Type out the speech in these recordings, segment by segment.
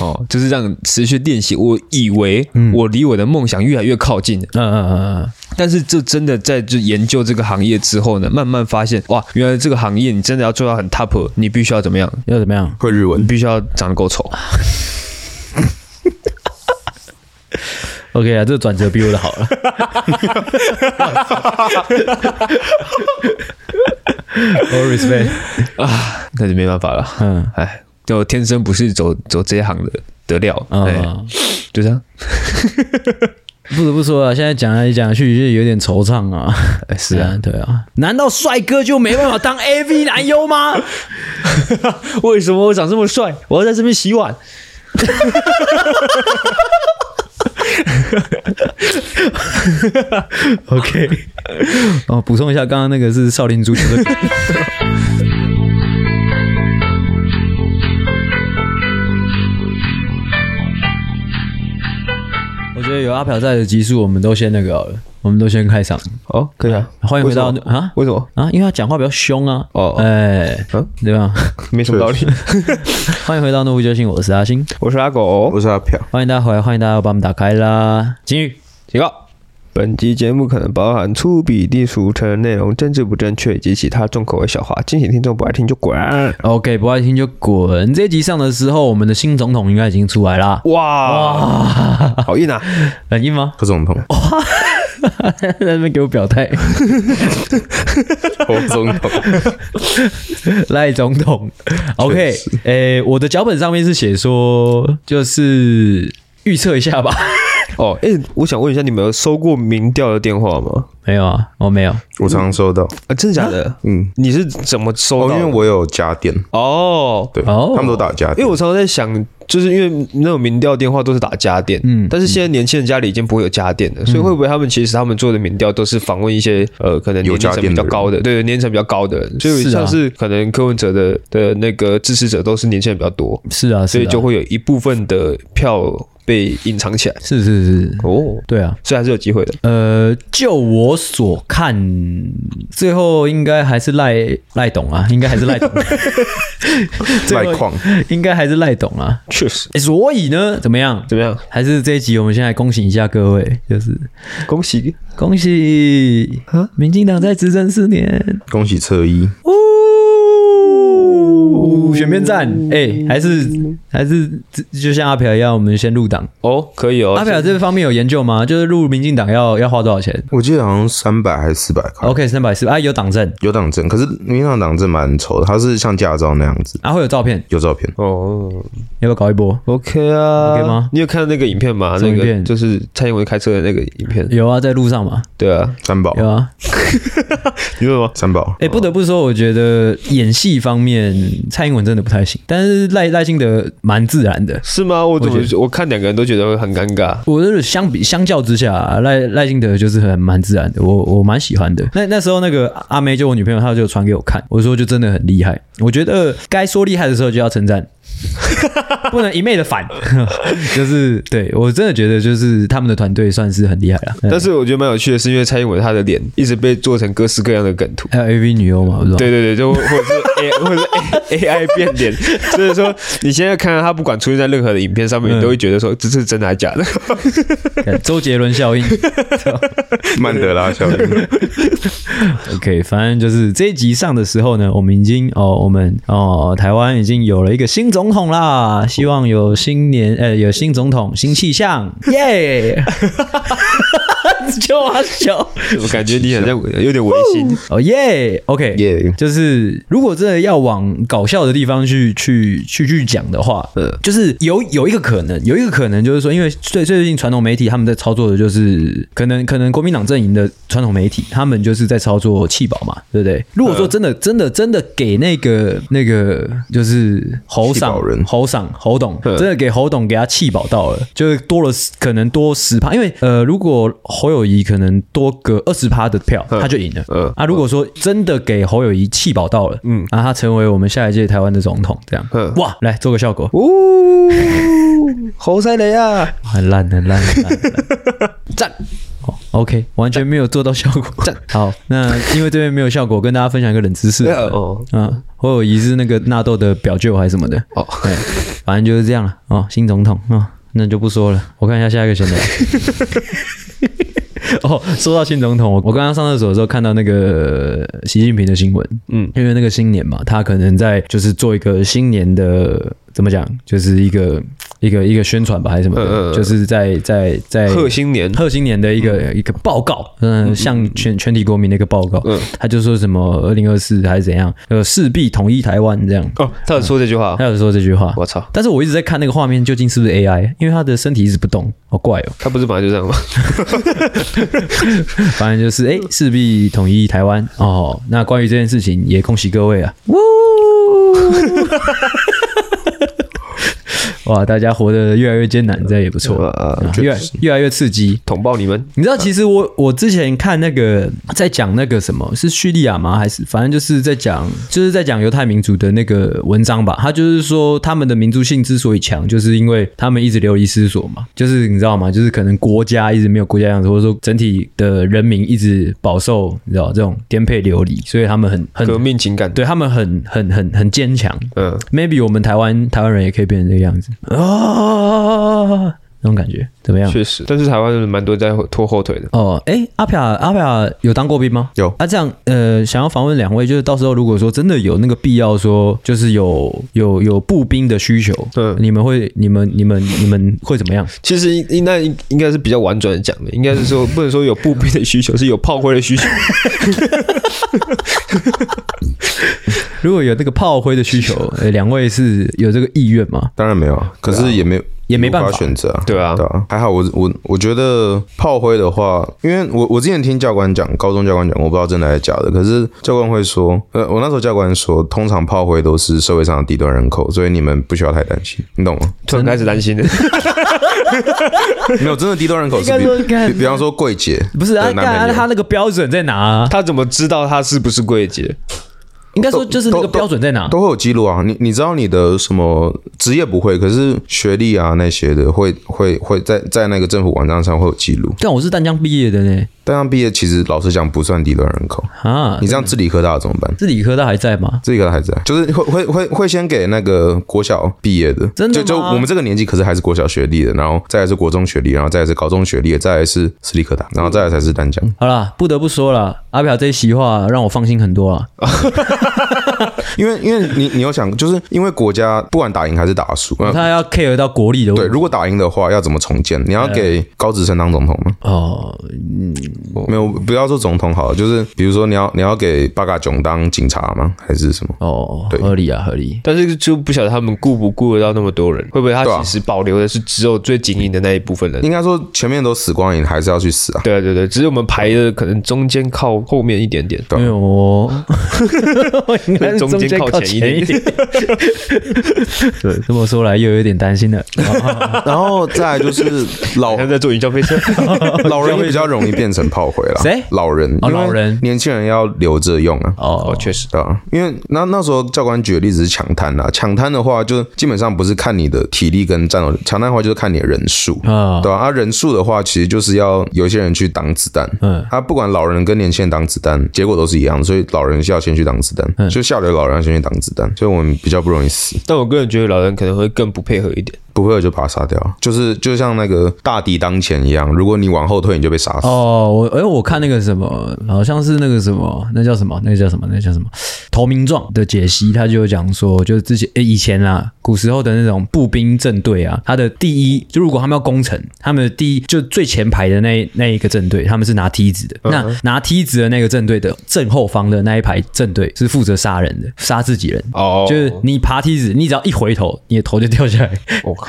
哦，就是让持续练习。我以为我离我的梦想越来越靠近了，嗯嗯嗯嗯，但是这真的在就研究这个行业之后呢，慢慢发现哇，原来这个行业你真的要做到很 top，你必须要怎么样？要怎么样？会日你文，必须要长得够丑。 OK 啊，这个转折比我的好了。我 respect，那就没办法了，嗯哎，就天生不是走走这一行的的料，啊、哎，就这样，不得不说啊，现在讲来讲去就有点惆怅啊。 哎，是啊，嗯， 对啊，难道帅哥就没办法当 AV 男优吗？ 为什么我长这么帅，我要在这边洗碗？ OK，哦，补充一下，刚刚那个是少林足球的。 我觉得有阿朴在的集数，我们都先那个好了，我们都先开场。哦，可以啊，欢迎回到为什么啊为什么？啊，因为他讲话比较凶啊。哦哎、嗯对吧？没什么道理。欢迎回到怒呼救星，我是阿星， 我是阿狗，我是阿飘，欢迎大家回来，欢迎大家把我们打开啦。金宇，警告。本集节目可能包含粗鄙、低俗、成人内容、政治不正确以及其他重口味笑话，敬请听众不爱听就滚。 OK，不爱听就滚。这一集上的时候，我们的新总统应该已经出来啦。哇，好硬啊！很硬吗？ 柯总统，在那边给我表 态，柯总统，赖总统。OK，诶、我的脚本上面是写说，就是预测一下吧。 哦，哎、我想问一下，你们有收过民调的电话吗？没有啊，我没有。我常常收到，啊，真的假的？嗯，你是怎么收哦，到因的？为我有家电，哦，对，哦他们都打家因为电，我常常在想，就是因为那种民调电话都是打家电，嗯嗯，但是现在年轻人家里已经不会有家电了，所以会不会他们其实他们做的民调都是访问一些呃可能年有龄家层电比的较人高的，对年龄层比较高的人，所以是啊像是可能柯文哲的的那个支持者都是年轻人比较多，是啊，所是以啊，就会有一部分的票被隐藏起来是是是，哦，对啊。所以还是有机会的。呃，就我所看，最后应该还是赖赖董啊，应该还是赖董，赖矿， 应该还是赖董啊。确实，诶所以呢，怎么样？怎么样？还是这一集，我们先来恭喜一下各位，就是恭喜！恭喜民进党在执政四年，恭喜侧一，哦，选边站，哎、还是还是就像阿朴一样，我们先入党。哦，可以哦。阿朴这方面有研究吗？就是入民进党要要花多少钱我记得好像三百还是四百块， ？OK，三百四啊，有党证有党证，可是民进党党证蛮丑的，它是像驾照那样子，啊，会有照片，有照片，哦要不要搞一波？ ，OK 啊 OK 吗你有看那个影片吗？什么那影个片就是蔡英文开车的那个影片，有啊，在路上嘛，对 啊，三宝，有啊。你有吗？三宝，哎、不得不说，我觉得演戏方面蔡英文真的不太行，但是赖赖清德蛮自然的。是吗？我怎么我看两个人都觉得很尴尬？我就是相比相较之下，赖赖幸德就是很蛮自然的，我我蛮喜欢的。那那时候那个阿妹就我女朋友，她就传给我看，我说就真的很厉害。我觉得该说厉害的时候就要称赞，不能一昧的反。 就是对我真的觉得就是他们的团队算是很厉害了。但是我觉得蛮有趣的是，因为蔡英文他的脸一直被做成各式各样的梗图。还有 AV 女优嘛，我说对对对，就或者是 A 或者是 A AI 变脸，所以说你现在看到他不管出现在任何的影片上面，嗯你都会觉得说这是真的还是假的？看 周杰伦效应。曼德拉效 应， OK，反正就是这一集上的时候呢，我们已经哦，我们哦，台湾已经有了一个新总统啦，希望有新年呃有新总统新气象，耶！ 就啊笑，我感觉你好像啊有点违心。哦耶，OK，耶就是如果真的要往搞笑的地方去去去去讲的话，嗯就是有有一个可能，有一个可能就是说，因为最最近传统媒体他们在操作的就是可能可能国民党阵营的传统媒体，他们就是在操作弃保嘛，对不对？如果说真的真的真的给那个那个就是侯弃赏保人侯赏侯董，嗯真的给侯董给他气饱到了，就是多了十可能多十趴，因为呃，如果侯友谊可能多个二十趴的票，嗯他就赢了。嗯啊，如果说真的给侯友谊气饱到了，嗯，啊，他成为我们下一届台湾的总统，这样嗯，哇，来做个效果，哦，侯赛雷啊，很烂，很烂，很烂，很烂赞。哦 OK，完全没有做到效果。好，那因为这边没有效果，跟大家分享一个冷知识。 哦，嗯，我有疑似那个纳豆的表舅还是什么的。哦对，反正就是这样了。哦，新总统哦，那就不说了。我看一下下一 个选择。哦，说到新总统，我我刚刚上厕所的时候看到那个呃习近平的新闻，嗯，因为那个新年嘛，他可能在就是做一个新年的怎么讲，就是一个一个一个宣传吧，还是什么的，嗯嗯嗯就是在在在贺新年，贺新年的一个、一个报告，嗯，向全全体国民的一个报告，嗯他就说什么二零二四还是怎样，呃，势必统一台湾这样，哦，他有说这句话他，有说这句话。我操，但是我一直在看那个画面究竟是不是 AI，因为他的身体一直不动，好怪哦。他不是本来就这样吗？反正就是哎，势必统一台湾哦。那关于这件事情，也恭喜各位啊！呜， 哇，大家活得越来越艰难，这也不错，啊啊越来越来越刺激。捅爆你们，你知道，其实我我之前看那个在讲那个什么是叙利亚吗？还是反正就是在讲就是在讲犹太民族的那个文章吧。他就是说他们的民族性之所以强，就是因为他们一直流离失所嘛。就是你知道吗？就是可能国家一直没有国家样子，或者说整体的人民一直饱受你知道这种颠沛流离，所以他们很革很命情感，，对他们很很很很坚强。嗯， Maybe 我们台湾台湾人也可以变成这个样子啊，那种感觉怎么样？确实，但是台湾人蛮多在拖后腿的，哦，哎，阿飘阿飘有当过兵吗？有啊，这样呃，想要访问两位，就是到时候如果说真的有那个必要说，就是有有有步兵的需求，嗯你们会你们你们你们会怎么样？其实应应该应应该是比较婉转的讲的，应该是 说不能说有步兵的需求，是有炮灰的需求。如果有那个炮灰的需 求，呃，两位是有这个意愿吗？当然没有，啊，可是也没有、也没办法无选择啊。对啊对啊，还好我我我觉得炮灰的话，因为我我之前听教官讲，高中教官讲，我不知道真的还是假的，可是教官会说，呃，我那时候教官说，通常炮灰都是社会上的低端人口，所以你们不需要太担心，你懂吗？ 突然开始担心 了，没有，真的低端人口是应该说比干比比方说柜姐，不是啊，对男看朋啊友他那个标准在哪、啊？他怎么知道他是不是柜姐？应该说就是那个标准在哪？都会有记录啊。你你知道你的什么职业不会，可是学历啊那些的会会会在在那个政府网站上会有记录。但我是淡江毕业的呢，但他毕业其实老实讲不算低端人口，啊你，这样治理科大怎么办？是理科大还在吗？这个还在，啊就是会会会会先给那个国小毕业的，真的就就吗我们这个年纪，可是还是国小学历的，然后再来是国中学历，然后再来是高中学历，再来是私立科大，然后再来才是单讲。好啦，不得不说了，阿表这一席话让我放心很多了。嗯因为因为你你有想，就是因为国家不管打赢还是打输，呃他要 care 到国力的对，问题。如果打赢的话，要怎么重建？你要给高职生当总统吗？哦，没有，不要做总统好了，就是比如说你要你要给八嘎囧当警察吗？还是什么？哦，对合理啊，合理。但是就不晓得他们顾不顾得到那么多人，会不会他对啊其实保留的是只有最精英的那一部分人？应该说前面都死光，你还是要去 死啊。对啊对对，只是我们排的可能中间靠后面一点点。对啊没有 哦，我应该是中间靠前一点中间 靠前一点。对，这么说来又有点担心了。 然后再来就是老 好像在坐云霄飞车，老人也比较容易变成炮灰啦。谁老人，哦因为老人年轻人要留着用啊。哦，确实，对啊，因为那那时候教官举的例子是抢滩啦，抢滩的话就基本上不是看你的体力跟战斗力，抢滩的话就是看你的人数，啊，对啊，啊人数的话其实就是要有一些人去挡子弹，嗯，他、不管老人跟年轻人挡子弹，结果都是一样，所以老人是要先去挡子嗯弹，就下流老人要先去挡子弹，所以我们比较不容易死，但我个人觉得老人可能会更不配合一点。不会就把他杀掉，啊就是就像那个大敌当前一样，如果你往后退，你就被杀死。哦，我哎，我看那个什么，好像是那个什么，那叫什么，那个叫什么，那个叫什么《投名状》的解析，他就有讲说，就是之前诶以前啊，古时候的那种步兵正队啊，他的第一，就如果他们要攻城，他们的第一就最前排的那那一个正队，他们是拿梯子嗯的，那拿梯子的那个正队的正后方的那一排正队是负责杀人的，杀自己人。哦就是你爬梯子，你只要一回头，你的头就掉下来。我靠，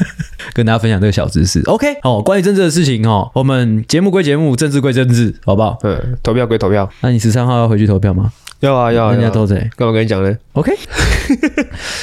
跟大家分享这个小知识。OK，哦，关于政治的事情哦，我们节目归节目，政治归政治，好不好？嗯，投票归投票，那你十三号要回去投票吗？要啊要啊，人要啊家投谁干嘛跟你讲呢？ ？OK，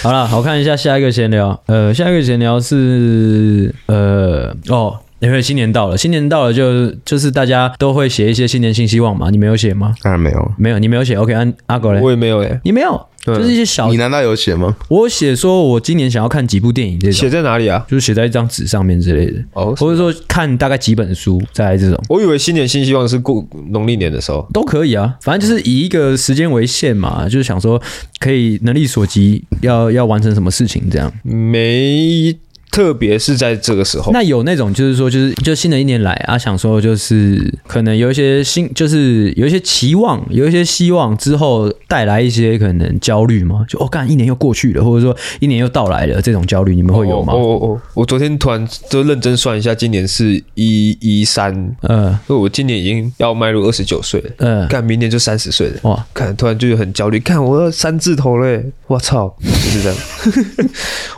好了，我看一下下一个闲聊。呃，下一个闲聊是呃哦。因为新年到了，新年到了就就是大家都会写一些新年新希望嘛。你没有写吗？当然没有，没有，你没有写。OK，安阿狗嘞，我也没有哎，你没有就是一些小你，难道有写吗？我有写说我今年想要看几部电影这种写，在哪里啊？就是写在一张纸上面之类的，哦或者说看大概几本书，再来这种。我以为新年新希望是过农历年的时候，都可以啊，反正就是以一个时间为限嘛，就是想说可以能力所及要要完成什么事情这样。没，特别是在这个时候。那有那种就是说，就是就新的一年来啊，想说就是可能有一些新，就是有一些期望，有一些希望之后带来一些可能焦虑嘛，就哦，干一年又过去了，或者说一年又到来了这种焦虑，你们会有吗？哦哦哦！我昨天突然就认真算一下，今年是一一三，呃所以我今年已经要迈入二十九岁了，呃，看明年就三十岁了。哇，看，突然就很焦虑。看，我要三字头嘞！我操，就是这样。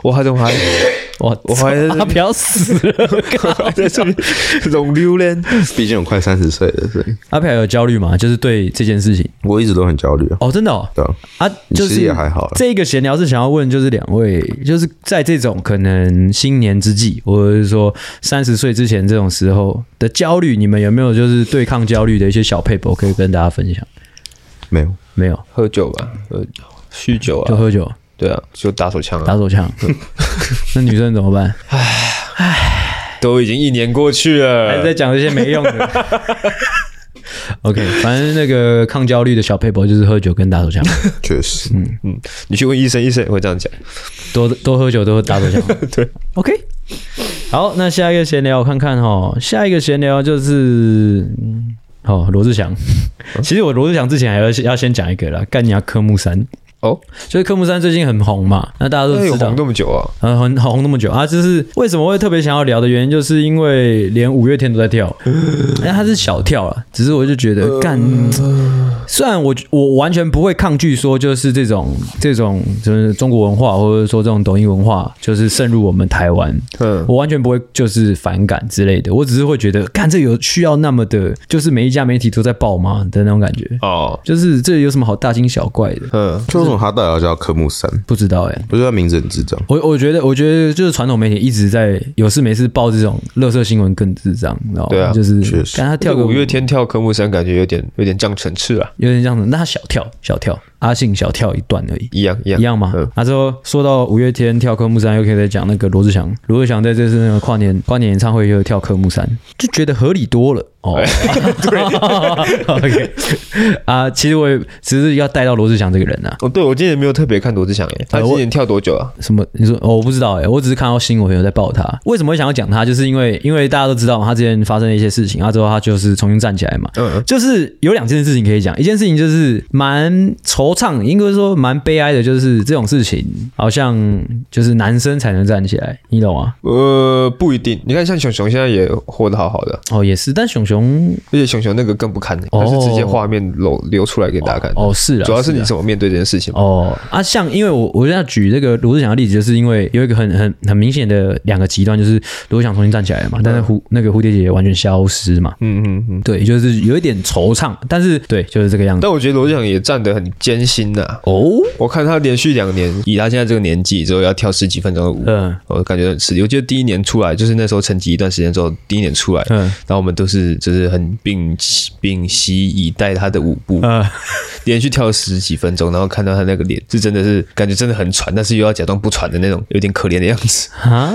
我还怎么还我我怀疑他 不要死了。还在这里容溜嘞？毕竟我快三十岁了，所以阿飘有焦虑吗？就是对这件事情我一直都很焦虑啊。哦，真的哦对啊，啊，就其实是也还好啦。这个闲聊是想要问，就是两位，就是在这种可能新年之际，或者是说三十岁之前这种时候的焦虑，你们有没有就是对抗焦虑的一些小配博可以跟大家分享？没有，没有，喝酒吧，喝酗酒就啊，喝酒、对啊，就打手枪啊打。手 枪。那女生怎么办？都已经一年过去还呃了，在讲这些没用 的。OK，反正那个抗焦虑的小配博就是喝酒跟打手枪，确实，嗯你去问医生，医生也会这样讲。多多喝酒，多打手枪。 对，OK。好，那下一个闲聊我看看哈，下一个闲聊就是，嗯哦，罗志祥。嗯其实我罗志祥之前还要先要先讲一个啦，干你啊科目三哦，就是科目三最近很红嘛，那大家都那有知道红，那么久啊？呃，很很红那么久啊，就是为什么会特别想要聊的原因，就是因为连五月天都 在跳，那他是小跳了，只是我就觉呃得干，虽然我我完全不会抗拒说，就是这种这种就是中国文化，或者说这种抖音文化，就是渗入我们台湾，嗯，我完全不会就是反感之类的，我只是会觉得，干这有需要那么的，就是每一家媒体都在报吗的那种感觉，哦，就是这有什么好大惊小怪的？嗯，就为什么他到底要叫科目三？不知道哎、我觉得他名字很智障。我我觉得，我觉得就是传统媒体一直在有事没事报这种乐色新闻更智障，你知道吗？对啊就是确实看他跳这个个五月天跳科目三，感觉有点有点降层次啊，有点这样子，那他小跳小跳，阿信小跳一段而已。一样一样一样吗？嗯那之后说到五月天跳科目三，又可以再讲那个罗志祥，罗志祥在这次那个跨年跨年演唱会又跳科目三，就觉得合理多了哎 哦。对，OK 啊，其实我也只是要带到罗志祥这个人啊。哦，对我今年没有特别看罗志祥耶，他呃今我年跳多久啊？什么？你说、哦、我不知道哎、我只是看到新闻有在报他。为什么会想要讲他？就是因为因为大家都知道嘛，他之前发生了一些事情，啊之后他就是重新站起来嘛。嗯，就是有两件事情可以讲，一件事情就是蛮惆怅，应该说蛮悲哀的，就是这种事情好像就是男生才能站起来，你懂吗？呃，不一定。你看，像熊熊现在也活得好好的，哦，也是，但熊熊而且熊熊那个更不堪，哦他是直接画面流流出来给大家看。哦是啊，呃主要是啊你怎么面对这件事情。哦啊，像因为我我要举这个罗志祥的例子，就是因为有一个很很很明显的两个极端，就是罗志祥重新站起来了嘛，但是蝴那个蝴蝶结完全消失嘛，嗯嗯嗯。对，就是有一点惆怅，但是对，就是这个样子。但我觉得罗志祥也站得很艰辛呐、哦，我看他连续两年，以他现在这个年纪之后，要跳十几分钟的舞，嗯我感觉很吃力。我记得第一年出来，就是那时候沉寂一段时间之后，第一年出来，嗯然后我们都是就是很屏息屏息以待他的舞步，呃，连续跳了十几分钟，然后看到他那个脸，是真的是感觉真的很喘，但是又要假装不喘的那种，有点可怜的样子。 啊，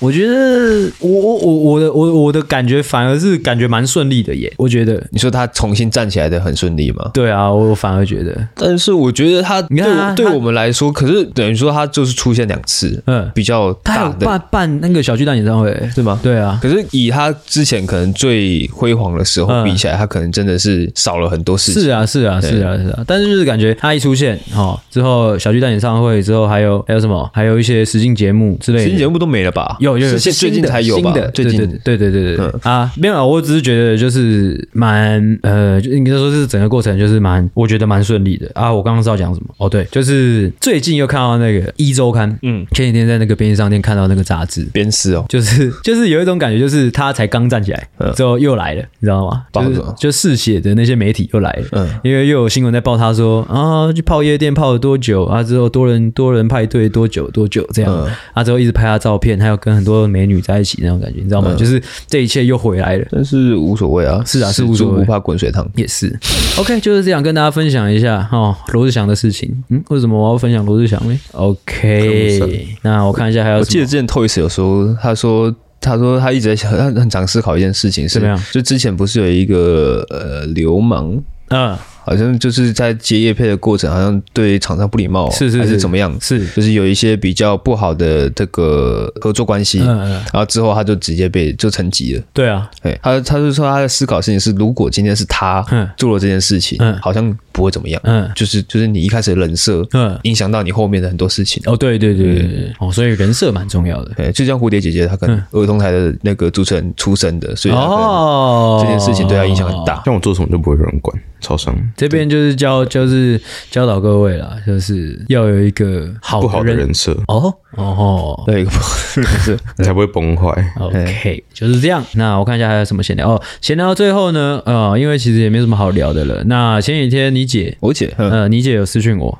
我觉得我我我我的我我的感觉反而是感觉蛮顺利的耶，我觉得。你说他重新站起来的很顺利吗？对啊，我我反而觉得，但是我觉得他你对看啊我对他我们来说，可是等于说他就是出现两次，嗯，比较他大有的办办那个小巨蛋演唱会，是吗？对啊，可是以他之前可能最辉煌的时候嗯比起来，他可能真的是少了很多事情。是啊，是啊，对是啊，是啊。但是就是感觉他一出现，哦，之后小巨蛋演唱会之后，还有还有什么，还有一些实境节目之类新的。节目都没了吧？有有有，是现最近新的才有吧新的？最近对对对对对对啊，没有啊，我只是觉得就是蛮呃，就应该说是整个过程就是蛮，我觉得蛮顺利的啊。我刚刚是要讲什么？哦，对，就是最近又看到那个一周刊，嗯，前几天在那个便利商店看到那个杂志，鞭尸哦，就是 就是有一种感觉，就是他才刚站起来之后又来了，你知道吗？嗯报就是什么就嗜血的那些媒体又来了，嗯因为又有新闻在报他说啊，去泡夜嗯店泡了多久啊，之后多人多人派对多久多久这样，啊之后一直拍他照片，还有跟很多美女在一起那种感觉，你知嗯道吗？就是这一切又回来了。但是无所谓啊，是啊是无所谓死猪不怕滚水烫。也是，OK，就是这样跟大家分享一下哦，罗志祥的事情。嗯，为什么我要分享罗志祥呢看不？OK，那我看一下还有我记什得么。之前 Toys 有说，他说。他说他一直在想，他很常思考一件事情是，怎么样就之前不是有一个呃流氓，嗯，好像就是在接业配的过程，好像对厂商不礼貌，是是还是是怎么样？是，就是有一些比较不好的这个合作关系，嗯嗯，然后之后他就直接被就成级了。对啊，哎，他他就说他在思考的事情是，如果今天是他嗯做了这件事情，嗯好像不会怎么样，嗯就是就是你一开始的人设嗯，影响到你后面的很多事情。哦，对对对对对，哦，所以人设蛮重要的。哎，就像蝴蝶姐姐，她可能儿童台的那个主持人出身的，所以她可能嗯哦，啊嗯这件事情对她影响很。大。像我做什么就不会有人管，超伤。这边就是教，就是教导各位啦，就是要有一个好不好的人人设哦哦对，不是你才不会崩坏。 OK，就是这样。那我看一下还有什么闲聊哦。闲聊到最后呢，呃，因为其实也没什么好聊的了。那前几天你姐，我姐，嗯，呃，你姐有私 讯我，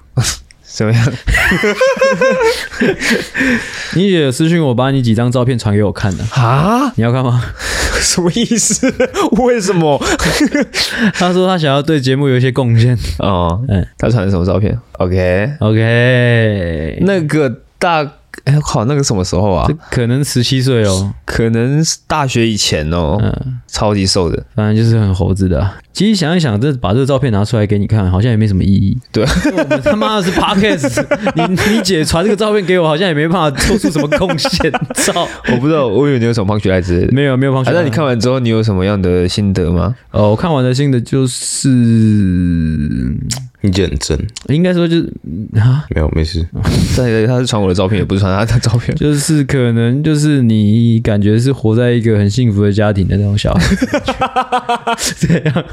怎么样？ 你姐有私讯我，把你几张照片传给我看的。啊？你要看吗？ 什么意思？为什么？她说她想要对节目有一些贡献。哦，嗯她传的什么照片？OK， ，OK，那个大，哎，靠，那个什么时候啊这？可能十七岁哦。可能是大学以前哦，嗯超级瘦的。反正就是很猴子的啊、其实想一想，这把这个照片拿出来给你看，好像也没什么意义。对我们 他妈的是 podcast，你你姐传这个照片给我，好像也没办法做出什么贡献。操！ 我不知道，我以为你有什么胖取代之类的。 没有没有帮啊，那你看完之后，你有什么样的心得吗？哦，我看完的新的就是，你姐很真，应该说就是啊，没有没事，但是他是传我的照片，也不是传他的照 片。就是可能就是你感觉是活在一个很幸福的家庭的那种小孩，这样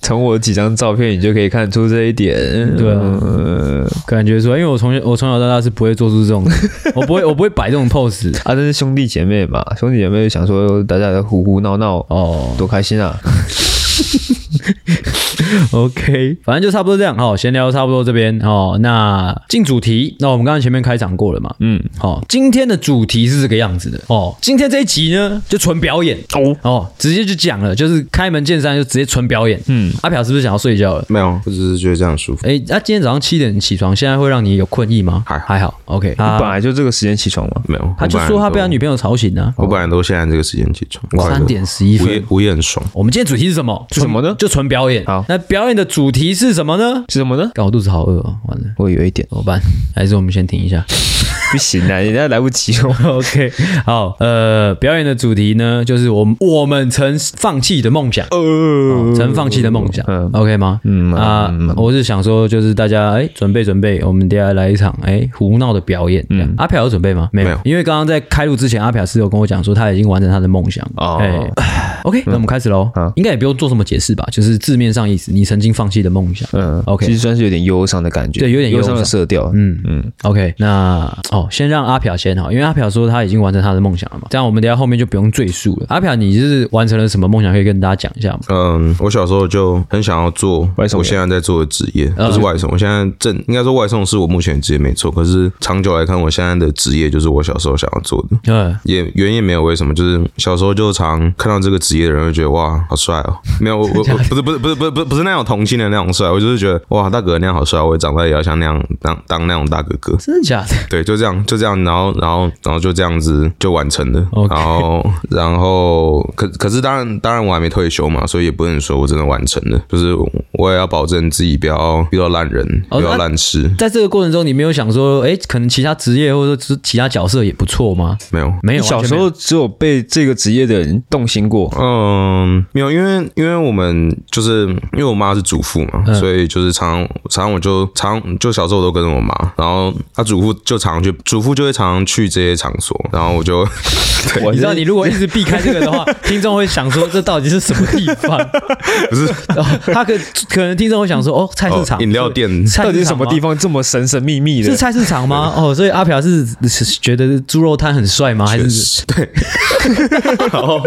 从我几张照片，你就可以看出这一点。对啊嗯感觉说，因为我从我从小到大是不会做出这种，我不会我不会摆这种 pose 啊，但是兄弟姐妹嘛，兄弟姐妹想说大家胡胡闹闹，哦。多开心啊！ OK，反正就差不多这样哦，闲聊差不多这边哦。那进主题，那我们刚刚前面开场过了嘛，嗯，好、今天的主题是这个样子的哦。今天这一集呢，就纯表演哦哦，直接就讲了，就是开门见山就直接纯表演。嗯，阿朴是不是想要睡觉了？没有，我只是觉得这样舒服。哎、那、今天早上七点起床，现在会让你有困意吗？还好还好，OK 本他来就这个时间起床嘛，没有，他就我本来说他都被他女，朋友吵醒了、我本来都现在这个时间起床，快乐三点十一午夜分。午夜很爽。我们今天主题是什么？什么呢纯就纯表演。好那表演的主题是什么呢？是什么呢？干，我肚子好饿哦，完了，怎我有一点么办？ 还是我们先停一下。不行啊， 人家来不及哦。 OK，好，呃，表演的主题呢，就是我们我们曾放弃的梦想，哦曾放弃的梦想、嗯 o k 吗？嗯啊，我是想说，就是大家哎，准备准备，我们接下来来一场哎胡闹的表演。嗯，阿朴有准备吗？没没有因为刚刚在开录之前，阿朴是有跟我讲说他已经完成他的梦想。哦哎 ，OK，那我们开始喽、应该也不用做什么解释吧，就是字面上意思，你曾经放弃的梦想。嗯 OK 其实算是有点忧伤的感觉，对有点忧忧伤的伤色调。嗯嗯，OK，那哦，先让阿朴先好，因为阿朴说他已经完成他的梦想了嘛，这样我们等一下后面就不用赘述了。阿朴，你就是完成了什么梦想？可以跟大家讲一下吗？嗯，我小时候就很想要做外送员我现在在做的职业，嗯不是外送。我现在正应该说外送是我目前的职业没错，可是长久来看，我现在的职业就是我小时候想要做的。呃嗯，也原因没有为什么，就是小时候就常看到这个职业的人，会觉得哇，好帅哦。没有，我 我我不是不是不是不是不是不是那种同性的那种帅，我就是觉得哇，大哥那样好帅，我也长大也要像那样当当那种大哥哥。真的假的？对，就这样，就这样，然后，然后，然后就这样子就完成了。 OK 然后，然后，可可是当然，当然我还没退休嘛，所以也不能说我真的完成了，就是我也要保证自己不要遇到烂人，哦遇到那烂事。在这个过程中，你没有想说，哎，可能其他职业或者说其他角色也不错吗？没有，没你有，啊小完时全没有候只有被这个职业的人动心过，嗯，没有，因为因为我们就是因为我妈是主妇嘛，所以就是常常常我就常就小时候我都跟着我妈，然后她主妇就常去，主妇就会常去这些场所，然后我就 我你知道，你如果一直避开这个 的话，听众会想说这到底是什么地方？不是哦、他可可能听众会想说，哦，菜市场、哦饮料店菜市场到底是什么吗地方这么神神秘秘的是？菜市场吗？哦，所以阿朴是是觉得猪肉摊很帅吗？还是对，然后，然后，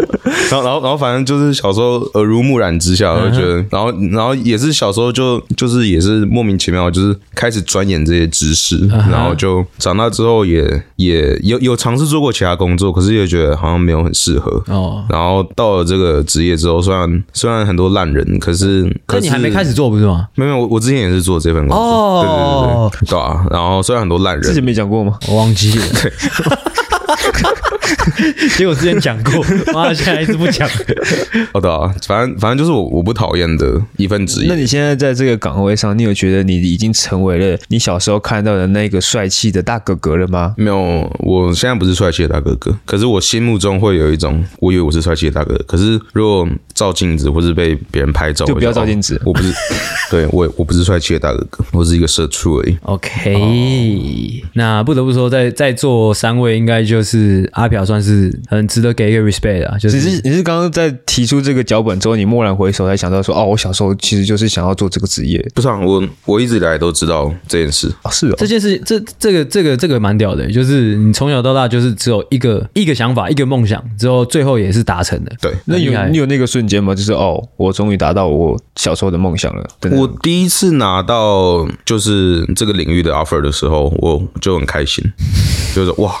然后，然后，反正就是小时候耳濡目染之下，我就觉得，然后，然后也是小时候就就是也是莫名其妙，就是开始钻研这些知识，然后就长大之后也也有有尝试做过其他工作，可是也觉得好像没有很适合。哦，然后到了这个职业之后，虽然虽然很多烂人，可是可那是你还没开始做不是吗？没有，没有我我之前也是做这份工作，哦对对对对，对啊。然后虽然很多烂之前人，没讲过吗？我忘记了。 结果之前讲过，妈现在一直不讲。哦对啊，反正反正就是我我不讨厌的一份职业。那你现在在这个岗位上，你有觉得你已经成为了你小时候看到的那个帅气的大哥哥了吗？没有，我现在不是帅气的大哥哥，可是我心目中会有一种，我以为我是帅气的大哥哥，可是如果照镜子或是被别人拍照，就不要我照镜子哦我不是，对我我不是帅气的大哥哥，我是一个社畜而已。 OK，、那不得不说，在在座三位应该就是阿朴算是很值得给一个 respect 的啊，就只是是你是刚刚在提出这个脚本之后，你蓦然回首才想到说，哦，我小时候其实就是想要做这个职业。不是、啊、我，我一直以来都知道这件事。哦，是哦，这件事，这这个这个这个蛮屌的，就是你从小到大就是只有一个一个想法，一个梦想，之后最后也是达成的。对那很厉有害你有那个瞬间吗？就是哦，我终于达到我小时候的梦想了。对我第一次拿到就是这个领域的 offer 的时候，我就很开 心，就是哇，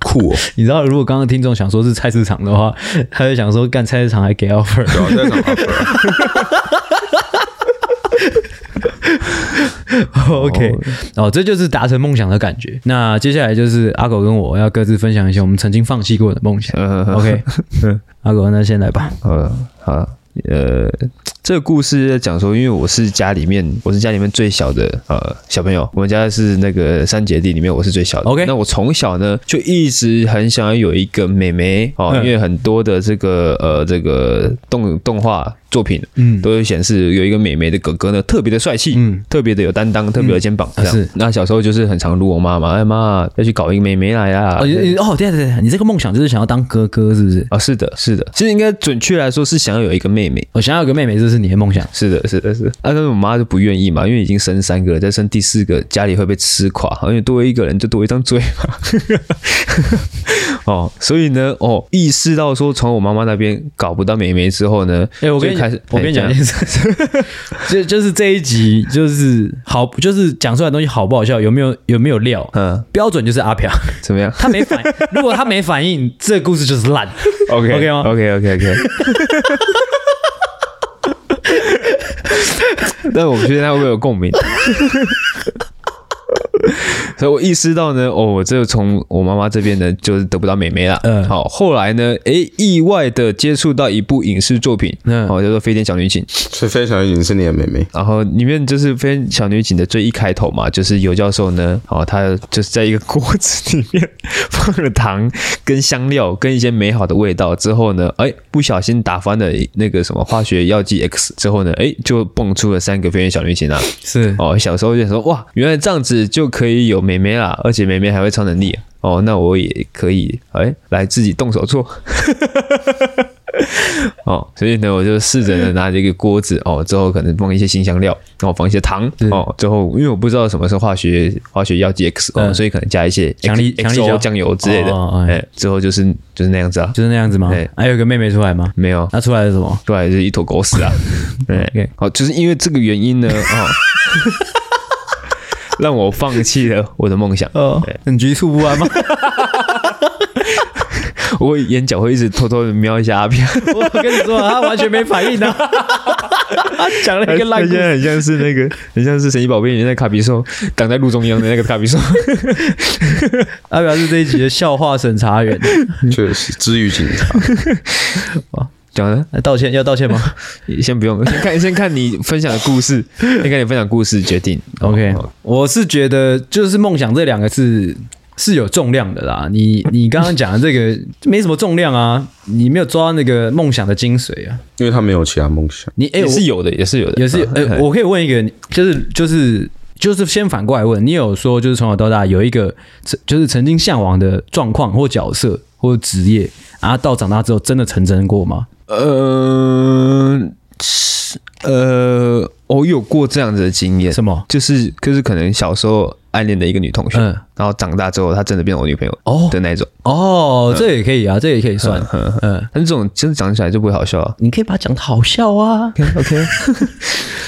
酷哦！你知道，如果刚刚听众想说是菜市场的话，他就想说干菜市场还给 offer，对啊，在场 offer， OK，哦，这就是达成梦想的感觉。那接下来就是阿狗跟我要各自分享一些我们曾经放弃过的梦 想。嗯 OK，阿狗那先来吧。呃，好了，呃，这个故事在讲说，因为我是家里面，我是家里面最小的呃小朋友，我们家是那个三姐弟里面我是最小的。 OK 那我从小呢就一直很想要有一个妹妹哦，嗯因为很多的这个呃这个动动画作品，嗯都会显示有一个妹妹的哥哥呢特别的帅气，嗯特别的有担当，特别有肩膀。这样啊是那小时候就是很常撸我妈妈，哎妈要去搞一个妹妹来啊，哦，你你哦，对对对，你这个梦想就是想要当哥哥，是不是？啊，是的，是的，其实应该准确来说是想要有一个妹妹。我想要有个妹妹，这是你的梦想。是的，是的，是的。啊，但是我妈就不愿意嘛，因为已经生三个了，再生第四个，家里会被吃垮，因为多一个人就多一张嘴嘛。 哦，所以呢，哦，意识到说从我妈妈那边搞不到妹妹之后呢，哎、我跟就你开始，我跟你讲哎一件事，就就是 这一集，就是好，就是讲出来的东西好不好笑，有没有有没有料，嗯，标准就是 阿飘，怎么样他没反，如果他没反应，这个故事就是 烂。 ？OK OK 吗？OK OK OK。但我不确定他会不会有共 鸣。所以我意识到呢，哦，我这个从我妈妈这边呢，就是得不到美眉了。嗯好，后来呢，诶，意外的接触到一部影视作品，嗯哦，叫做《飞天小女警》，所以非常有是你的妹妹。然后里面就是《飞天小女警》的最一开头嘛，就是尤教授呢，哦，他就是在一个锅子里面放了糖跟香料跟一些美好的味道之后呢，哎，不小心打翻了那个什么化学药剂 X 之后呢，哎，就蹦出了三个飞天小女警啊。是 哦，小时候就想说哇，原来这样子就可以有妹妹啦，而且妹妹还会超能力哦，那我也可以哎来自己动手做。 哦，所以呢，我就试着呢拿着一个锅子哦，之后可能放一些新香料，然后放一些糖是哦，之后因为我不知道什么是化学化学药剂 X 哦，嗯所以可能加一些强力 X- 强力 XO 胶酱油之类的，哦哦哦哎哎，之后就是就是那样子啊，就是那样子吗？对还有个妹妹出来吗？没有，啊那出来是什么？出来是一坨狗 屎啊！对 OK，好，就是因为这个原 因呢，哦，让我放弃了我的梦想。哦，很局促不安吗？我眼角会一直偷偷的瞄一下阿 飘， 我跟你说，他完全没反应 的，他讲了一个烂他故现在事。很像是那个，很像是神奇宝贝里面的卡比兽挡在路中央的那个卡比 兽。阿表是这一集的笑话审查员，确实，治愈警察。讲呢，那道歉要道歉吗先不用，先看先看你分享的故事，先看你分享故事决定。 ？OK，哦我是觉得就是梦想这两个字是有重量的啦。你你刚刚讲的这个没什么重量啊，你没有抓到那个梦想的精髓啊。因为他没有其他梦想。你哎、也我是有的，也是哎有的，嗯也 是，呃，我可以问一个，就是就是就是先反过来问，你有说就是从小到大有一个就是曾经向往的状况或角色或职业，啊，到长大之后真的成真过吗？呃呃，我有过这样子的经验。什么？就是就是可能小时候暗恋的一个女同学，嗯然后长大之后她真的变成我女朋友哦的那种。哦，这也可以啊，这也可以 算。嗯，但是这种真的讲起来就不会好笑啊。你可以把它讲的好笑啊。 OK，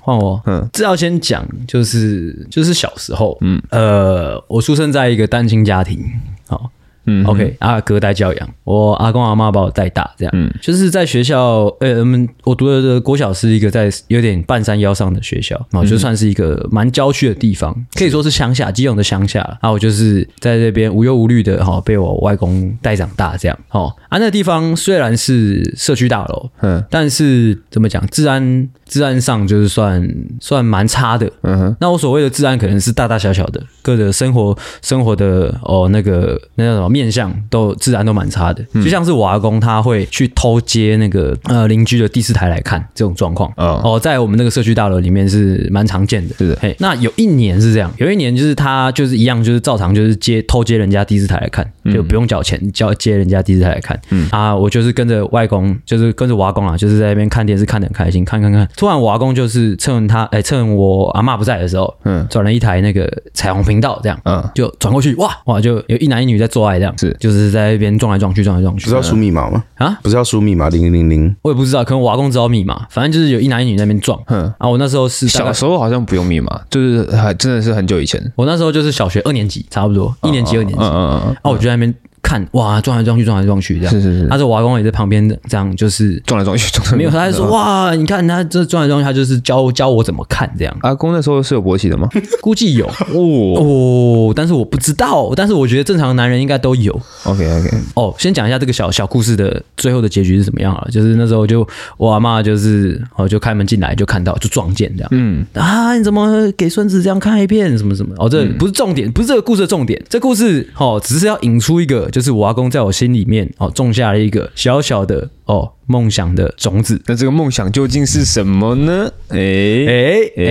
换我，嗯嗯，这要先讲，就是就是小时候，嗯，呃，我出生在一个单亲家庭，好。嗯，OK，阿哥带教养，我阿公阿妈把我带大，这样，嗯，就是在学校，呃、我们我读的国小是一个在有点半山腰上的学校，啊、就算是一个蛮郊区的地方，可以说是乡下，基隆的乡下啦啊，我就是在这边无忧无虑的哈、被我外公带长大，这样，哦，啊，那地方虽然是社区大楼，嗯但是怎么讲，治安治安上就是算算蛮差的。嗯哼，那我所谓的治安，可能是大大小小的各个生活生活的哦，那个那叫什么面相都治安都蛮差的。嗯就像是我阿公他会去偷接那个呃邻居的第四台来看这种状况。哦哦，在我们那个社区大楼里面是蛮常见的。是的嘿，那有一年是这样，有一年就是他就是一样，就是照常就是接偷接人家第四台来看，嗯就不用缴钱，交接人家第四台来看。嗯啊，我就是跟着外公，就是跟着我阿公啊，就是在那边看电视看得很开心，看看看。突然我阿公就是趁他哎、趁我阿嬷不在的时候，嗯嗯，转了一台那个彩虹频道，这样，嗯嗯，就转过去，哇哇，就有一男一女在做爱，这样是就是在那边撞来撞去，撞来撞去不是。要输密码吗？啊，嗯不是要输密码零零零？我也不知道，可能我阿公知道密码，反正就是有一男一女在那边撞。嗯嗯啊，我那时候是大概小时候好像不用密码，就是还真的是很久以前，我那时候就是小学二年级，差不多一年级、二年嗯级，啊，嗯嗯我就在那边看，哇，撞来撞去，撞来撞去这样。是是是他说我阿公也在旁边这样，就是嗯，撞来撞去，撞来撞去没有，他 就说哇，你看他这撞来撞去，他就是教教我怎么看这样，阿公那时候是有勃起的吗？估 计有哦哦，但是我不知道，但是我觉得正常的男人应该都有。 ，OK OK，哦，先讲一下这个小小故事的最后的结局是怎么样啊？就是那时候就我阿妈就是哦，就开门进来就看到就撞见这样，嗯啊，你怎么给孙子这样看一遍什么什么？哦，这不是重点，不是这个故事的重点，这故事哦，只是要引出一个，就是我阿公在我心里面哦种下了一个小小的哦梦想的种子。那这个梦想究竟是什么呢？哎、哎哎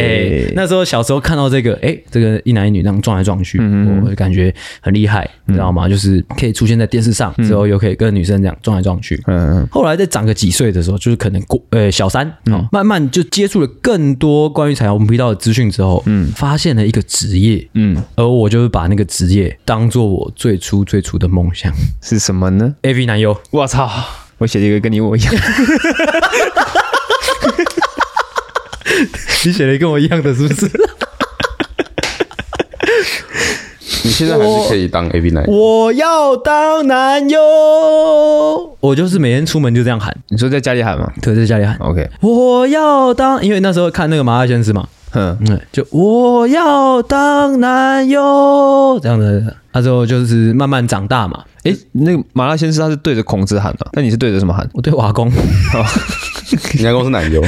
哎，那时候小时候看到这个，哎，这个一男一女那样撞来撞去，我感觉很厉害，你知道吗？就是可以出现在电视上，之后又可以跟女生这样撞来撞去，嗯，后来再长个几岁的时候，就是可能过呃小三，哦，慢慢就接触了更多关于彩虹频道的资讯之后，嗯，发现了一个职业，嗯嗯，而我就是把那个职业当做我最初最初的梦想 是什么呢？ ，AV 男优。 我操！我写了一个跟你我一样，你写的跟我一样的，是不是？ 你现在还是可以当 AV 男，我要当男优，我就是每天出门就这样喊，你说在家里喊吗对，在家里喊， ？OK，我要当，因为那时候看那个《麻辣鲜师》嘛，哼，嗯，就我要当男友这样的。那之后就是慢慢长大嘛，哎、那个麻辣先生他是对着孔子喊的、那你是对着什么喊？我对瓦工，你家公司奶油，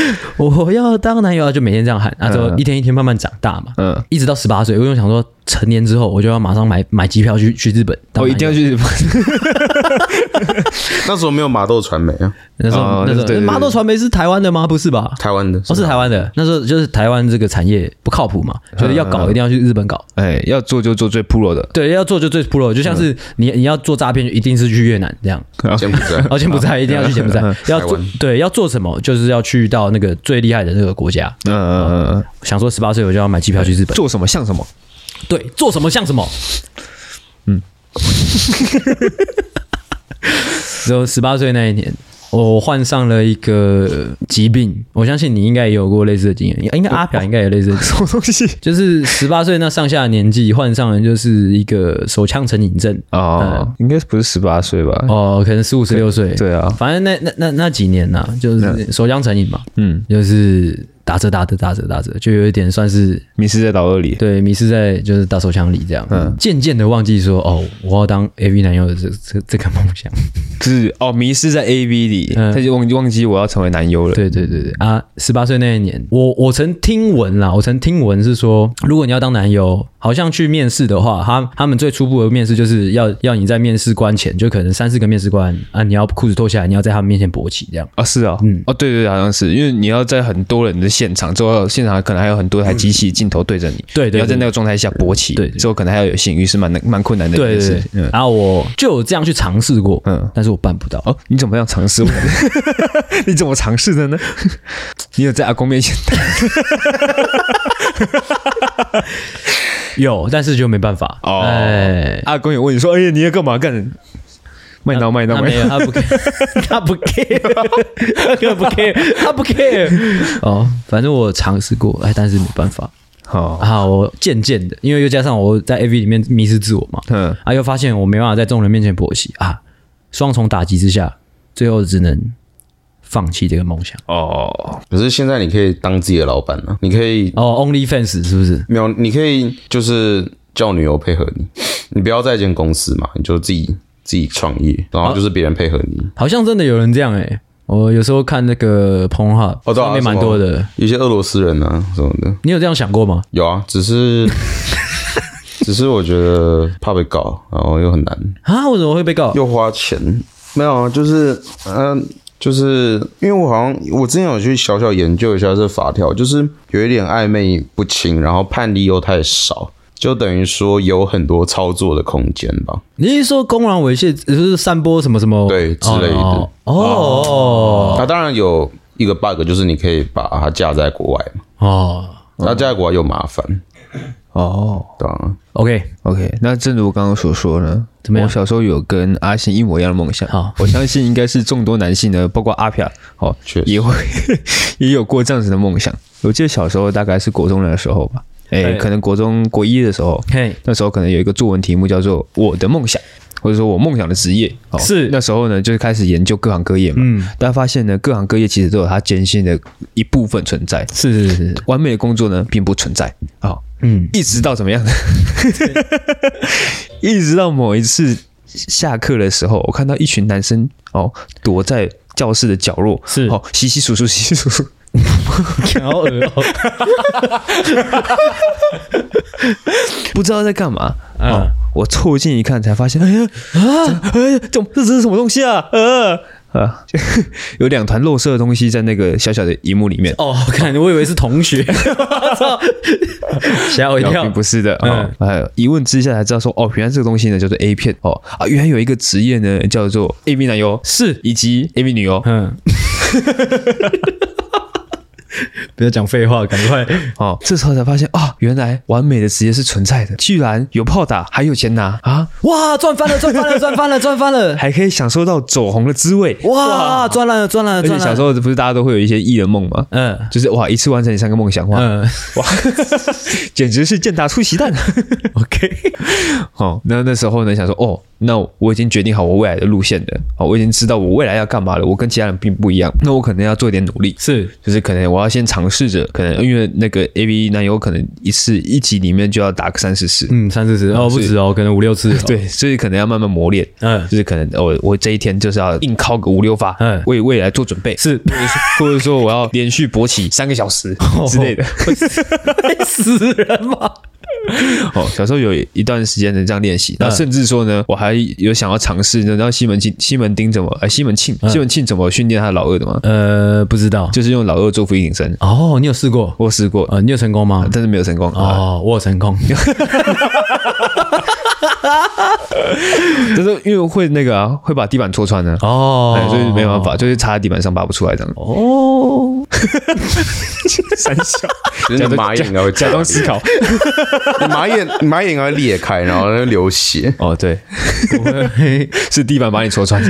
我要当男友啊，就每天这样喊，那之后一天一天慢慢长大嘛，嗯，一直到十八岁，我就想说成年之后我就要马上买买机票去去日本当我一男友，定要去日本。 那时候没有马豆传媒啊，那时候、哦那时候对对对麻豆传媒是台湾的吗？不是吧？台湾的，哦，是台湾的，嗯那时候就是台湾这个产业不靠谱嘛，就是要搞一定要去日本搞，哎、要做就做最 pro 的，对，要做就最 pro，就像嗯是你你要做诈骗，就一定是去越南 这样，柬埔 寨，哦，柬埔寨一定要去柬埔寨，嗯要台做湾对要做什么，就是要去到那个最厉害的那个国家。嗯嗯嗯嗯想说十八岁我就要买机票去日嗯，本，做什么像什么。对，做什么像什么。 嗯，只有十八岁那一年，我患上了一个疾病，我相信你应该也有过类似的经验，应该阿表应该有类似的经验。 什么东西？就是十八岁那上下的年纪患上的就是一个手枪成瘾症哦，应该不是十八岁吧？嗯哦，可能十五十六岁，对啊反正那那那那几年呐、就是手枪成瘾嘛，嗯，就是打着打着打着打着，就有一点算是迷失在老二里。对迷失在就是打手枪里这样，嗯，渐渐的忘记说哦，我要当 AV 男优的这这这个梦想， 就是哦，迷失在 A V 里，嗯他就忘忘记我要成为男优了。对对对对啊，十八岁那一年，我我曾听闻啦，我曾听闻是说，如果你要当男优，好像去面试的话，他他们最初步的面试就是要要你在面试官前，就可能三四个面试官啊，你要裤子脱下来，你要在他们面前勃起这样。啊，是啊，嗯，哦，对对，对好像是，因为你要在很多人的现场之后，现场可能还有很多台机器镜头对着你，嗯对对对你要在那个状态下勃起，对对之后可能还要有性欲，是蛮难蛮困难的一件对对事对情，，嗯，然后我就有这样去尝试过，嗯嗯，但是我办不到。哦，你怎么样尝试？ 你怎么尝试的呢？你有在阿公面前？有，但是就没办法哦哎，阿公也问你说：“哎呀，你要干嘛干？卖刀卖刀他卖啊没有，他不 care，他不 care，他根本不 care，他不 care。哦，反正我尝试过，哎，但是没办法好，啊，我渐渐的，因为又加上我在 AV 里面迷失自我嘛，嗯，啊，又发现我没办法在众人面前勃起啊，双重打击之下，最后只能放弃这个梦想。哦，可是现在你可以当自己的老板了、你可以哦，OnlyFans 是不是？没有，你可以就是叫女友配合你，你不要在一间公司嘛，你就自己自己创业，然后就是别人配合你。好像真的有人这样哎、我有时候看那个 Pornhub，哦对啊上面蛮多什的。有些俄罗斯人啊什么的，你有这样想过吗？有啊，只是 只是我觉得怕被告，然后又很难，啊，我怎么会被告？又花钱。没有，啊，就是嗯、就是因为我好像我之前有去小小研究一下这法条，就是有一点暧昧不清，然后判例又太少，就等于说有很多操作的空间吧。你是说公然猥亵，就是散播什么什么对之类的哦哦哦那当然有一个 bug，就是你可以把它架在国外嘛，哦那架在国外又麻烦，哦对啊， ，OK， ，OK。那正如我刚刚所说呢，怎么样我小时候有跟阿信一模一样的梦想。好，我相信应该是众多男性呢，包括阿飘哦，确实也会 也有过这样子的梦想。我记得小时候大概是国中的时候吧，哎，对可能国中国一的时候，嘿，那时候可能有一个作文题目叫做“我的梦想”，或者说我梦想的职业。哦、是那时候呢，就是开始研究各行各业嘛。嗯，大家发现呢，各行各业其实都有它艰辛的一部分存在，是是是是，完美的工作呢并不存在。哦，嗯， 一直到怎么样 呢？一直到某一次下课的时候，我看到一群男生哦躲在教室的角落，是哦洗洗簌簌洗洗簌簌，好恶哦，不知道在干嘛。嗯哦，我凑近一看，才发现，哎呀啊，哎呀，这这这是什么东西啊？呃啊， 就有两团肉色的东西在那个小小的荧幕里面。哦，看我以为是同学， 操吓我哦一嗯然后跳并，不是的啊，哦哎、一问之下才知道说，哦，原来这个东西呢叫做 A 片哦啊，原来有一个职业呢叫做 AV 男优是，以及 AV 女优 嗯，不要讲废话，赶快，哦，这时候才发现啊、原来完美的职业是存在的，居然有炮打，还有钱拿啊，哇，赚翻了，赚翻了，赚翻了，赚翻了，还可以享受到走红的滋味。哇，赚烂了，赚烂了，而且赚小烂时了，候不是大家都会有一些艺人梦吗？嗯就是哇，一次完成你三个梦想，哇，嗯哇， 简直是健达出奇蛋！啊 ，OK， 哦，那那时候呢，想说哦，那我已经决定好我未来的路线了，哦，我已经知道我未来要干嘛了，我跟其他人并不一样，那我可能要做一点努力。是，就是可能我要先尝试着，可能因为那个 A V 男友可能一次一集里面就要打个三四次，嗯，三四十，哦，不止哦，可能五六次，对对，所以可能要慢慢磨练，嗯 就是可能哦，我这一天就是要硬靠个五六发，嗯为未来做准备，是或者说或者说我要连续勃起三个小时之类的。哦会死人吗？哦，小时候有一段时间能这样练习，然嗯后甚至说呢，我还有想要尝试呢，然后西门庆、西门町怎么，呃，西门庆、嗯西门庆怎么训练他的老二的嘛，呃，不知道。就是用老二做俯卧撑，哦，你有试过？我试过，呃，你有成功吗？但是没有成功啊。哦，我有 成功。哎但是因为会那个啊，会把地板戳穿呢，哎哦，所以没办。法，就是插在地板上拔不出来这样。哦，三小，其实你的马眼应该会假装思考。 你马眼你马眼应该会裂开，然后流血。哦，对， 是地板把你戳穿。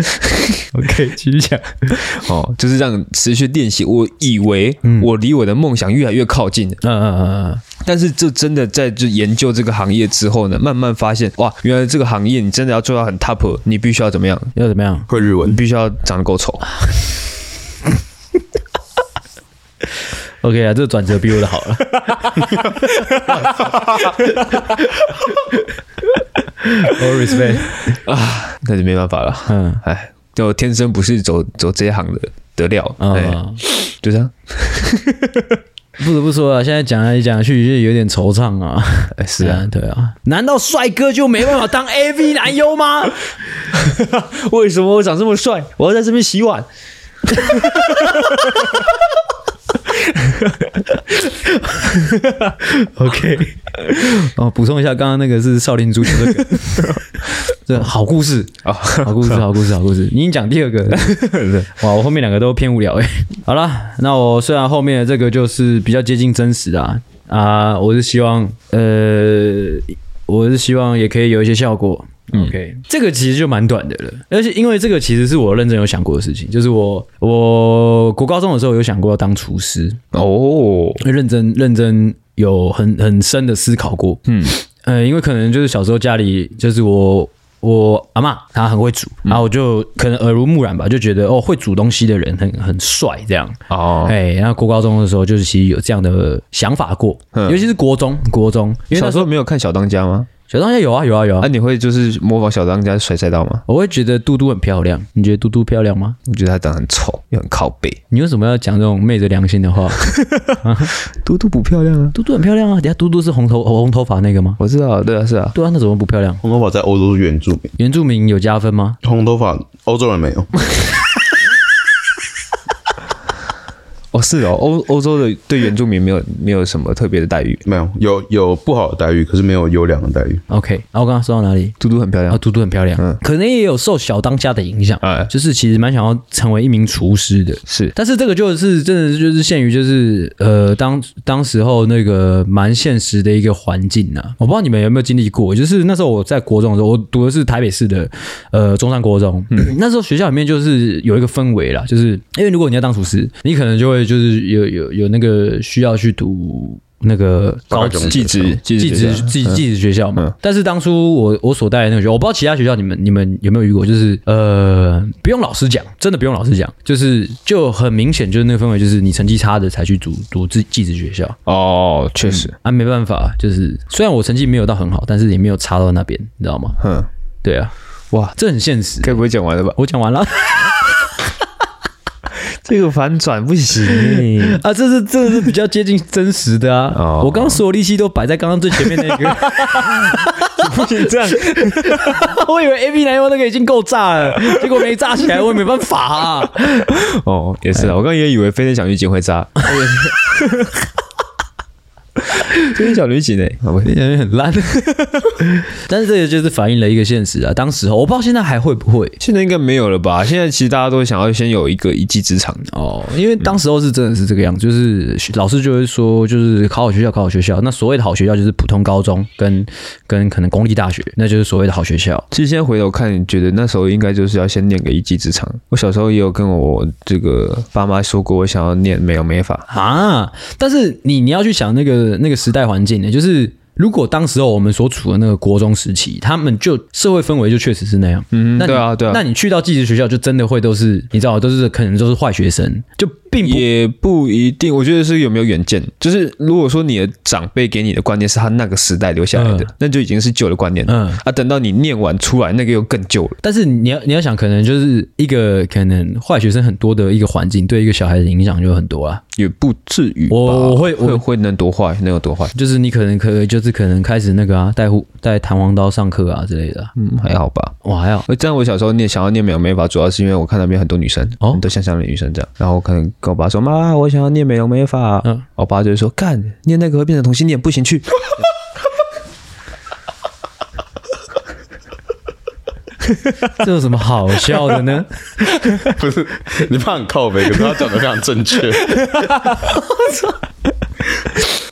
OK，继续讲。 哦，就是让持续练习。我以为我离我的梦想越来越靠近了，嗯嗯嗯嗯，但是这真的在就研究这个行业之后呢，慢慢发现哇，原来这个行业你真的要做到很 top，你必须要怎么样？要怎么样？会日你文，必须要长得够丑。 OK 啊，这个转折比我 的好了。 我 respect。那就没办法了，嗯哎，就天生不是走走这一行的的料，哎，嗯，就这样，不得不说啊，现在讲来讲去就有点惆怅啊。 哎，是 啊，，对啊。难道帅哥就没办法当 AV 男优吗？ 为什么我长这么帅？我要在这边洗碗。 OK，哦，补充一下，刚刚那个是少林足球的梗，这好故事哦好故事，好故事，好故事。你已经讲第二个了，哇，我后欸面两个都偏无聊哎。好啦，那我虽然后面的这个就是比较接近真实的啊，啊、我是希望呃，我是希望也可以有一些效果。OK，、这个其实就蛮短的了，而且因为这个其实是我认真有想过的事情，就是我我国高中的时候有想过要当厨师，哦，认真认真有很很深的思考过。嗯，呃，因为可能就是小时候家里就是我。我阿嬷她很会煮，嗯然后我就可能耳濡目染吧，就觉得哦，会煮东西的人很很帅这样。哦，哎，然后国高中的时候，就是其实有这样的想法过，嗯尤其是国中，国中，因为那小时候没有看小当家吗？小当家有啊有啊有啊啊，，你会就是模仿小当家甩赛道吗？我会觉得嘟嘟很漂亮，你觉得嘟嘟漂亮吗？我觉得他长得很丑，又很靠背，你为什么要讲这种昧着良 心的话？嘟嘟不漂亮啊。嘟嘟很漂亮啊，等一下嘟嘟是红头红头发那个吗？我知道，对啊，是啊，对啊，那怎么不漂亮？红头发在欧洲是原住民，原住民有加分吗？红头发欧洲人没 有。哦，是哦，欧欧洲的对原住民没有没有什么特别的待遇。没有，有有不好的待遇，可是没有优良的待遇。 OK，然后我刚刚说到哪里？嘟嘟很漂啊，亮，嘟嘟很漂亮，可能也有受小当家的影响，嗯哎就是其实蛮想要成为一名厨师的。是但是这个就是真的是就是限于就是呃当当时候那个蛮现实的一个环境呐、我不知道你们有没有经历过，就是那时候我在国中的时候，我读的是台北市的呃中山国中，嗯 那时候学校里面就是有一个氛围啦，就是因为如果你要当厨师，你可能就会就是有有有那个需要去读。那个高职技职技职寄职学校嗯寄寄职学校嘛。但是当初我我所带的那个学校，我不知道其他学校你们你们有没有遇过，就是呃，不用老师讲，真的不用老师讲，就是就很明显就是那个氛围，就是你成绩差的才去读读寄寄职学校哦，确实，啊，没办法，就是虽然我成绩没有到很好，但是也没有差到那边，你知道吗？哼，对啊，哇，这很现实。该不会讲完了吧？我讲完了这个反转不行欸 啊，这是这是比较接近真实的啊。哦我刚刚所有力气都摆在刚刚最前面那 个。 不行 这样，我以为 A B 男优那个已经够炸了，结果没炸起来，我也没办法啊。 哦，也是啊，我刚刚也以为飞天小女警会 扎，飞天小女警哎，好吧，演员很烂， 但是这个就是反映了一个现实啊。当时候我不知道现在还会不会现在应该没有了吧？现在其实大家都想要先有一个一技之长，哦，因为当时候是真的是这个样子，就是老师就会说，就是考好学校，考好学校。那所谓的好学校就是普通高中跟跟可能公立大学，那就是所谓的好学校。其实现在回头看，觉得那时候应该就是要先练个一技之长。我小时候也有跟我这个爸妈说过，我想要念美容美发。啊！但是你你要去想那个那个时代环境呢，就是如果当时候我们所处的那个国中时期，他们就社会氛围就确实是那样。嗯那你对啊对啊那你去到寄宿学校，就真的会都是你知道，都是可能都是坏学生，就并不也不一定，我觉得是有没有远见。就是如果说你的长辈给你的观念是他那个时代留下来的，那就已经是旧的观念了。嗯啊，等到你念完出来，那个又更旧了。但是你要你要想，可能就是一个可能坏学生很多的一个环境，对一个小孩的影响就很多啊。也不至于吧。我我会我会会能多坏，能有多坏？就是你可能可就是可能开始那个啊，带护带弹簧刀上课啊之类的啊。嗯，还好吧。哇，还好呃，这样我小时候念想要念美容美发，主要是因为我看那边很多女生，哦哦，很多香香的女生这样，然后我可能跟我爸说，妈，我想要念美容美发，嗯嗯，我爸就会说，干，念那个会变成同性恋，不行去。这有什么好笑的呢？不是， 你怕很靠北，可是他讲的非常正确。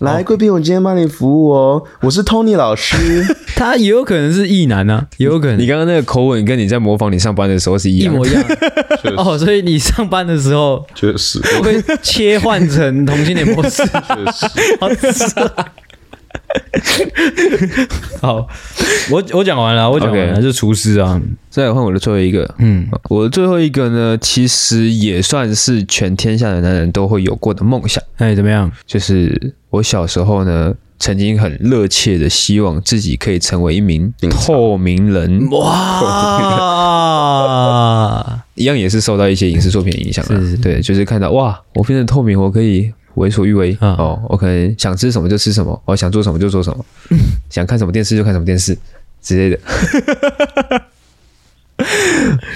来，贵宾，我今天帮你服务哦，我是 Tony 老师。 他也有可能是异男啊，也有可能你刚刚那个口吻跟你在模仿你上班的时候是一一样的，模一样确实哦，所以你上班的时候 确实，会切换成同性恋模式，确实， 好扯好，我我讲完了，我讲完了 OK 是厨师啊，再来换我的最后一个，嗯，我的最后一个呢，其实也算是全天下的男人都会有过的梦想，哎，怎么样？就是我小时候呢，曾经很热切的希望自己可以成为一名警察透明人， 哇，一样也是受到一些影视作品的影响啊。是是对，就是看到哇，我变成透明，我可以为所欲为、啊哦，我可能想吃什么就吃什么，我哦想做什么就做什 么，想看什么电视就看什么电视之类的。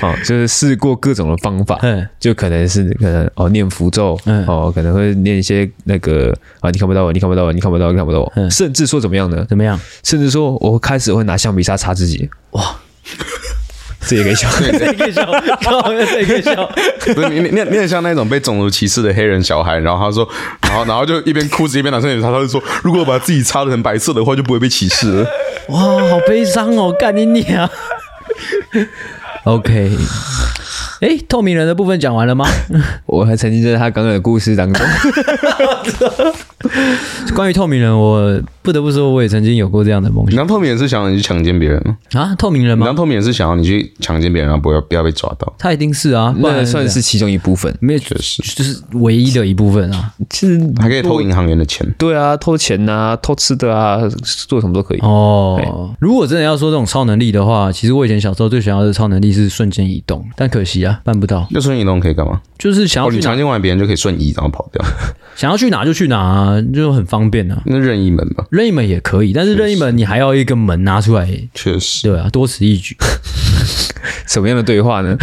哦，就是试过各种的方法，嗯，就可能是可能哦念符咒，嗯哦可能会念一些那个啊你看不到我，你看不到我，你看不到我，你看不到我，嗯甚至说怎么样呢？怎么样？甚至说我开始会拿橡皮擦擦自己，哇， 这也可以笑。这个笑，靠，这个笑，不是你你你你很像那种被种族歧视的黑人小孩，然后他说， 然后然后就一边哭着一边拿双眼擦，他就说，如果把自己擦的成白色的话，就不会被歧视了。哇，好悲伤哦，干你娘！OK，哎、透明人的部分讲完了吗？ 我还沉浸在他刚刚的故事当中。关于透明人，我不得不说，我也曾经有过这样的梦你当透明人是想要你去强奸别人吗？想啊，透明人你吗当？透明人是想要你去强奸别人，然后不要不要被抓到。他一定是啊，不那然算是其中一部分。没有，确实，就是唯一的一部分啊。其实还可以偷银行员的钱。对啊，偷钱呐、偷吃的啊，做什么都可以。哦，如果真的要说这种超能力的话，其实我以前小时候最想要的超能力是瞬间移动，但可惜啊，办不到。那瞬移动可以干嘛？就是想哦，要你去哪，强奸完别人就可以瞬移，然后跑 掉，想要去哪就去哪、啊，就很方便啊。那任意门吧。任意门也可以，但是任意门你还要一个门拿出来，确实，对啊，多此一举。什么样的对话呢？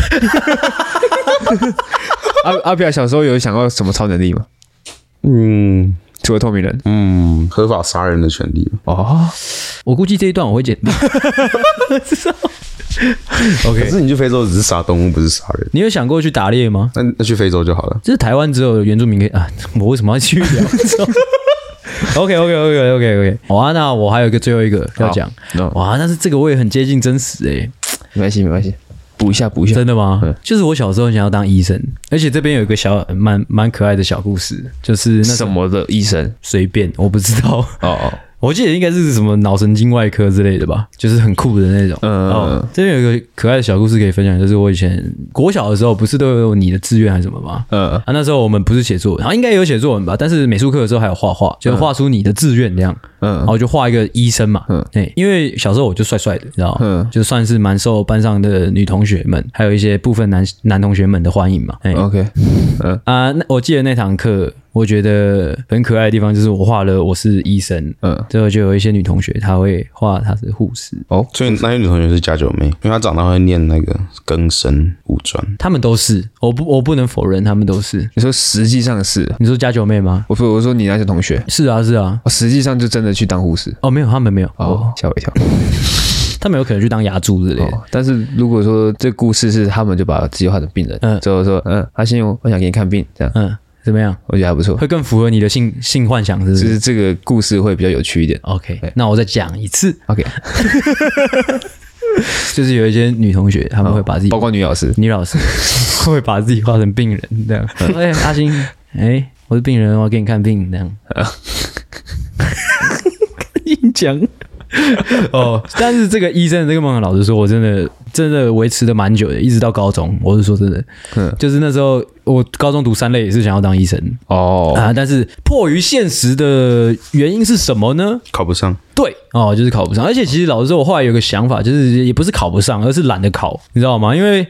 阿阿表小时候有想过什么超能力吗？嗯除了透明人嗯，合法杀人的权利吧。哦，我估计这一段我会剪掉。可是你去非洲只是杀动物，不是杀人。你有想过去打猎吗？那那去非洲就好了。这是台湾只有原住民可以啊，我为什么要去聊？OK OK OK OK OK，好啊，那我还有一个最后一个要讲，那哇，但是这个我也很接近真实诶、没关系，没关系，补一下，补一下真。的吗嗯？就是我小时候很想要当医生，而且这边有一个小蛮蛮可爱的小故事，就是那什种么的医生？随便，我不知道，哦哦，我记得应该是什么脑神经外科之类的吧，就是很酷的那种。嗯哦，这边有一个可爱的小故事可以分享，就是我以前国小的时候，不是都有你的志愿还是什么吗？嗯，啊，那时候我们不是写作文，然后应该也有写作文吧，但是美术课的时候还有画画，就画出你的志愿这样。嗯然后就画一个医生嘛。嗯嗯，哎，因为小时候我就帅帅的，你知道吗？嗯嗯，就算是蛮受班上的女同学们，还有一些部分男男同学们的欢迎嘛。哎、 OK，啊，那我记得那堂课，我觉得很可爱的地方就是我画了我是医生，嗯，最后就有一些女同学她会画她是护士，哦，所以那些女同学是假酒妹，因为她长大会念那个庚申五专。她们都是，我不我不能否认她们都是。你说实际上是，你说家九妹吗？我说我说你那些同学，是啊是啊，哦实际上就真的去当护士。哦没有，她们没有，哦，吓我一跳。她们有可能去当牙柱之类的。哦，但是如果说这故事是他们就把自己画成病人，嗯，嗯之后说，嗯，阿信，我我想给你看病，这样嗯，怎么样？我觉得还不错。会更符合你的性性幻想，是不就是是这个故事会比较有趣一点。哦？OK，那我再讲一次， OK，就是有一些女同学，哦她们会把自己，包括女老师，女 老师会把自己画成病人这样。哎、阿星，哎、我是病人，我要给你看病这 样。硬讲哦，但是这个医生的这个梦想，老实说，我真的真的维持的蛮久的，一直到高中。我是说真的，嗯，就是那时候我高中读三类也是想要当医生。哦，啊，但是迫于现实的原因是什么呢？考不上，对哦，就是考不上。而且其实老实说，我后来有个想法，就是也不是考不上，而是懒得考，你知道吗？因为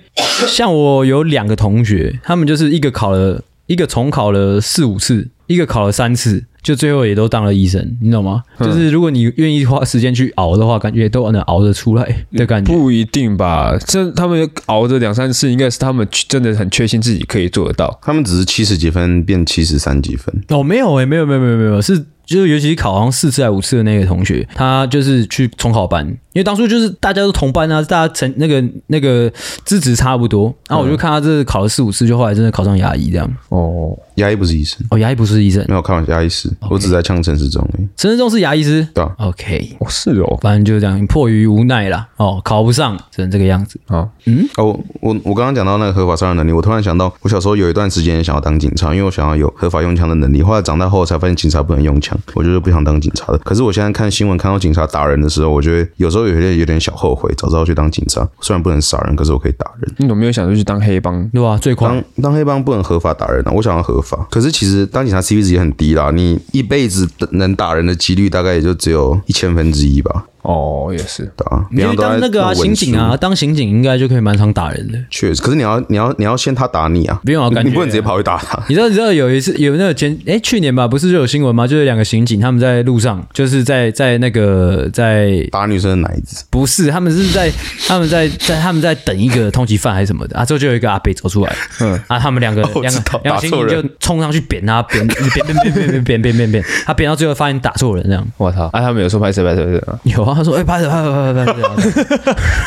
像我有两个同学，他们就是一个考了，一个重考了四五次，一个考了三次。就最后也都当了医生，你懂吗？就是如果你愿意花时间去熬的话，感觉都能熬得出来的感觉。不一定吧？这他们熬着两三次，应该是他们真的很确信自己可以做得到。他们只是七十几分变七十三几分，哦，没有诶、没有没有没有没有，是就是尤其是考好像四次还五次的那个同学，他就是去重考班，因为当初就是大家都同班啊，大家成那个那个资质差不多，然嗯后我就看他这考了四五次，就后来真的考上牙医这样。哦，牙医不是医生。哦，牙医不是医生，没有，看玩笑，牙医师，我只在呛陈世忠而已。陈世忠是牙医师。对啊， OK，哦是哦，反正就是这样，迫于无奈啦，哦，考不上，只能这个样子。好，哦，我我我刚刚讲到那个合法杀人能力，我突然想到，我小时候有一段时间也想要当警察，因为我想要有合法用枪的能力。后来长大后才发现警察不能用枪，我就是不想当警察的。可是我现在看新闻看到警察打人的时候，我觉得有时候有点有点小后悔，早知道去当警察，虽然不能杀人，可是我可以打人。你有没有想着去当黑帮？对吧、啊最快当当黑帮不能合法打人啊，我想要合法。可是其实当警察 CP 值也很低啦，你一辈子能打人的几率大概也就只有一千分之一吧，哦，也是，对啊，你平就常去都在当那个啊，弄刑文警书啊，当刑警应该就可以蛮常打人的。确实，可是你要你要你要先他打你啊，不用啊你感觉你不能直接跑去打他。你知道，你知道有一次有那个前哎、去年吧，不是就有新闻吗？就是两个刑警他们在路上，就是在在那个在打女生的奶子，不是，他们是在他们在在他们在等一个通缉犯还是什么的啊？之后就有一个阿北走出来，嗯啊，他们两个我两知个道两个打刑错警人就冲上去扁他，扁扁扁扁扁扁扁扁扁扁，他扁到最后发现打错人这样。我操！啊，他们有说拍谁拍谁拍谁啊？有啊，他说哎、拍手拍手拍手拍手拍手，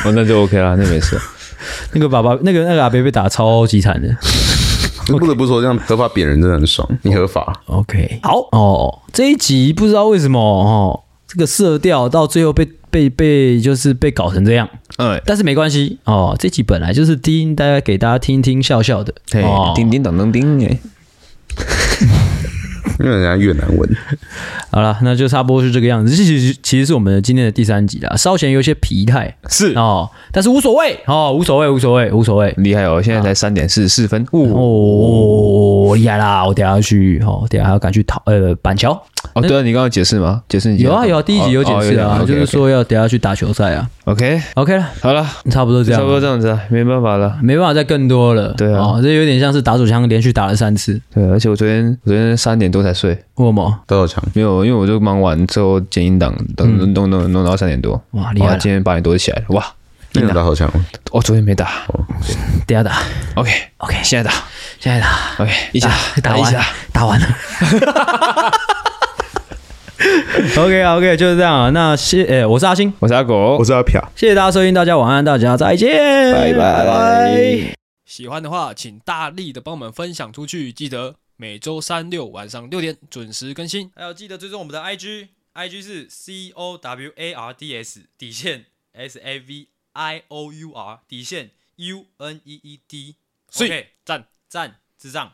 哦，那就 OK 啦，那没事。那个爸爸，那个那个阿伯被打超级惨的。不得不说，这样合法扁人真的很爽，你合法。 OK，好哦，这一集不知道为什么哦，这个色调到最后被被被就是被搞成这样， 嗯，但是没关系哦，这集本来就是听大家给大家听听笑笑的，嘿哦，叮叮当当叮，哎，因为人家越南 文，啊好了，那就差不多是这个样子。这其实其实是我们今天的第三集啦，稍显有些疲态是哦，但是无所谓哦，无所谓，无所谓，无所谓。厉害哦！现在才三点四十四分，哦哦，厉害啦！我等一下要去，哦，等一下还要赶去桃呃板桥。哦，对啊，你刚刚有解释吗？解释哦你有啊有啊，第一集有解释啊，就是说要等一下去打球赛啊。 OK， OK 了，好了，差不多这差样，不多这样子啊，没办法了。没办法再更多了。对啊哦，这有点像是打手枪连续打了三次，对，而且我昨天我昨天三点多才睡，为什么？多少强？没有，因为我就忙完之后剪音档，等弄弄弄弄到三点多，嗯哇，厉然害后了！今天八点多就起来了，哇！你有打手枪吗？我昨天没打等一下打，OK ，OK，现在打现在打，啊，OK 一起打一完下了，打完了。OK 啊，OK，就是这样啊。那谢，呃，我是阿星，我是阿狗，是阿飘。谢谢大家收听，大家晚安，大家再见，拜拜喜欢的话，请大力的帮我们分享出去。记得每周三六晚上六点准时更新。还有记得追踪我们的 IG，IG 是 C O W A R D S 底线 S A V I O U R 底线 U N E E D。所以 OK，赞。赞，智障。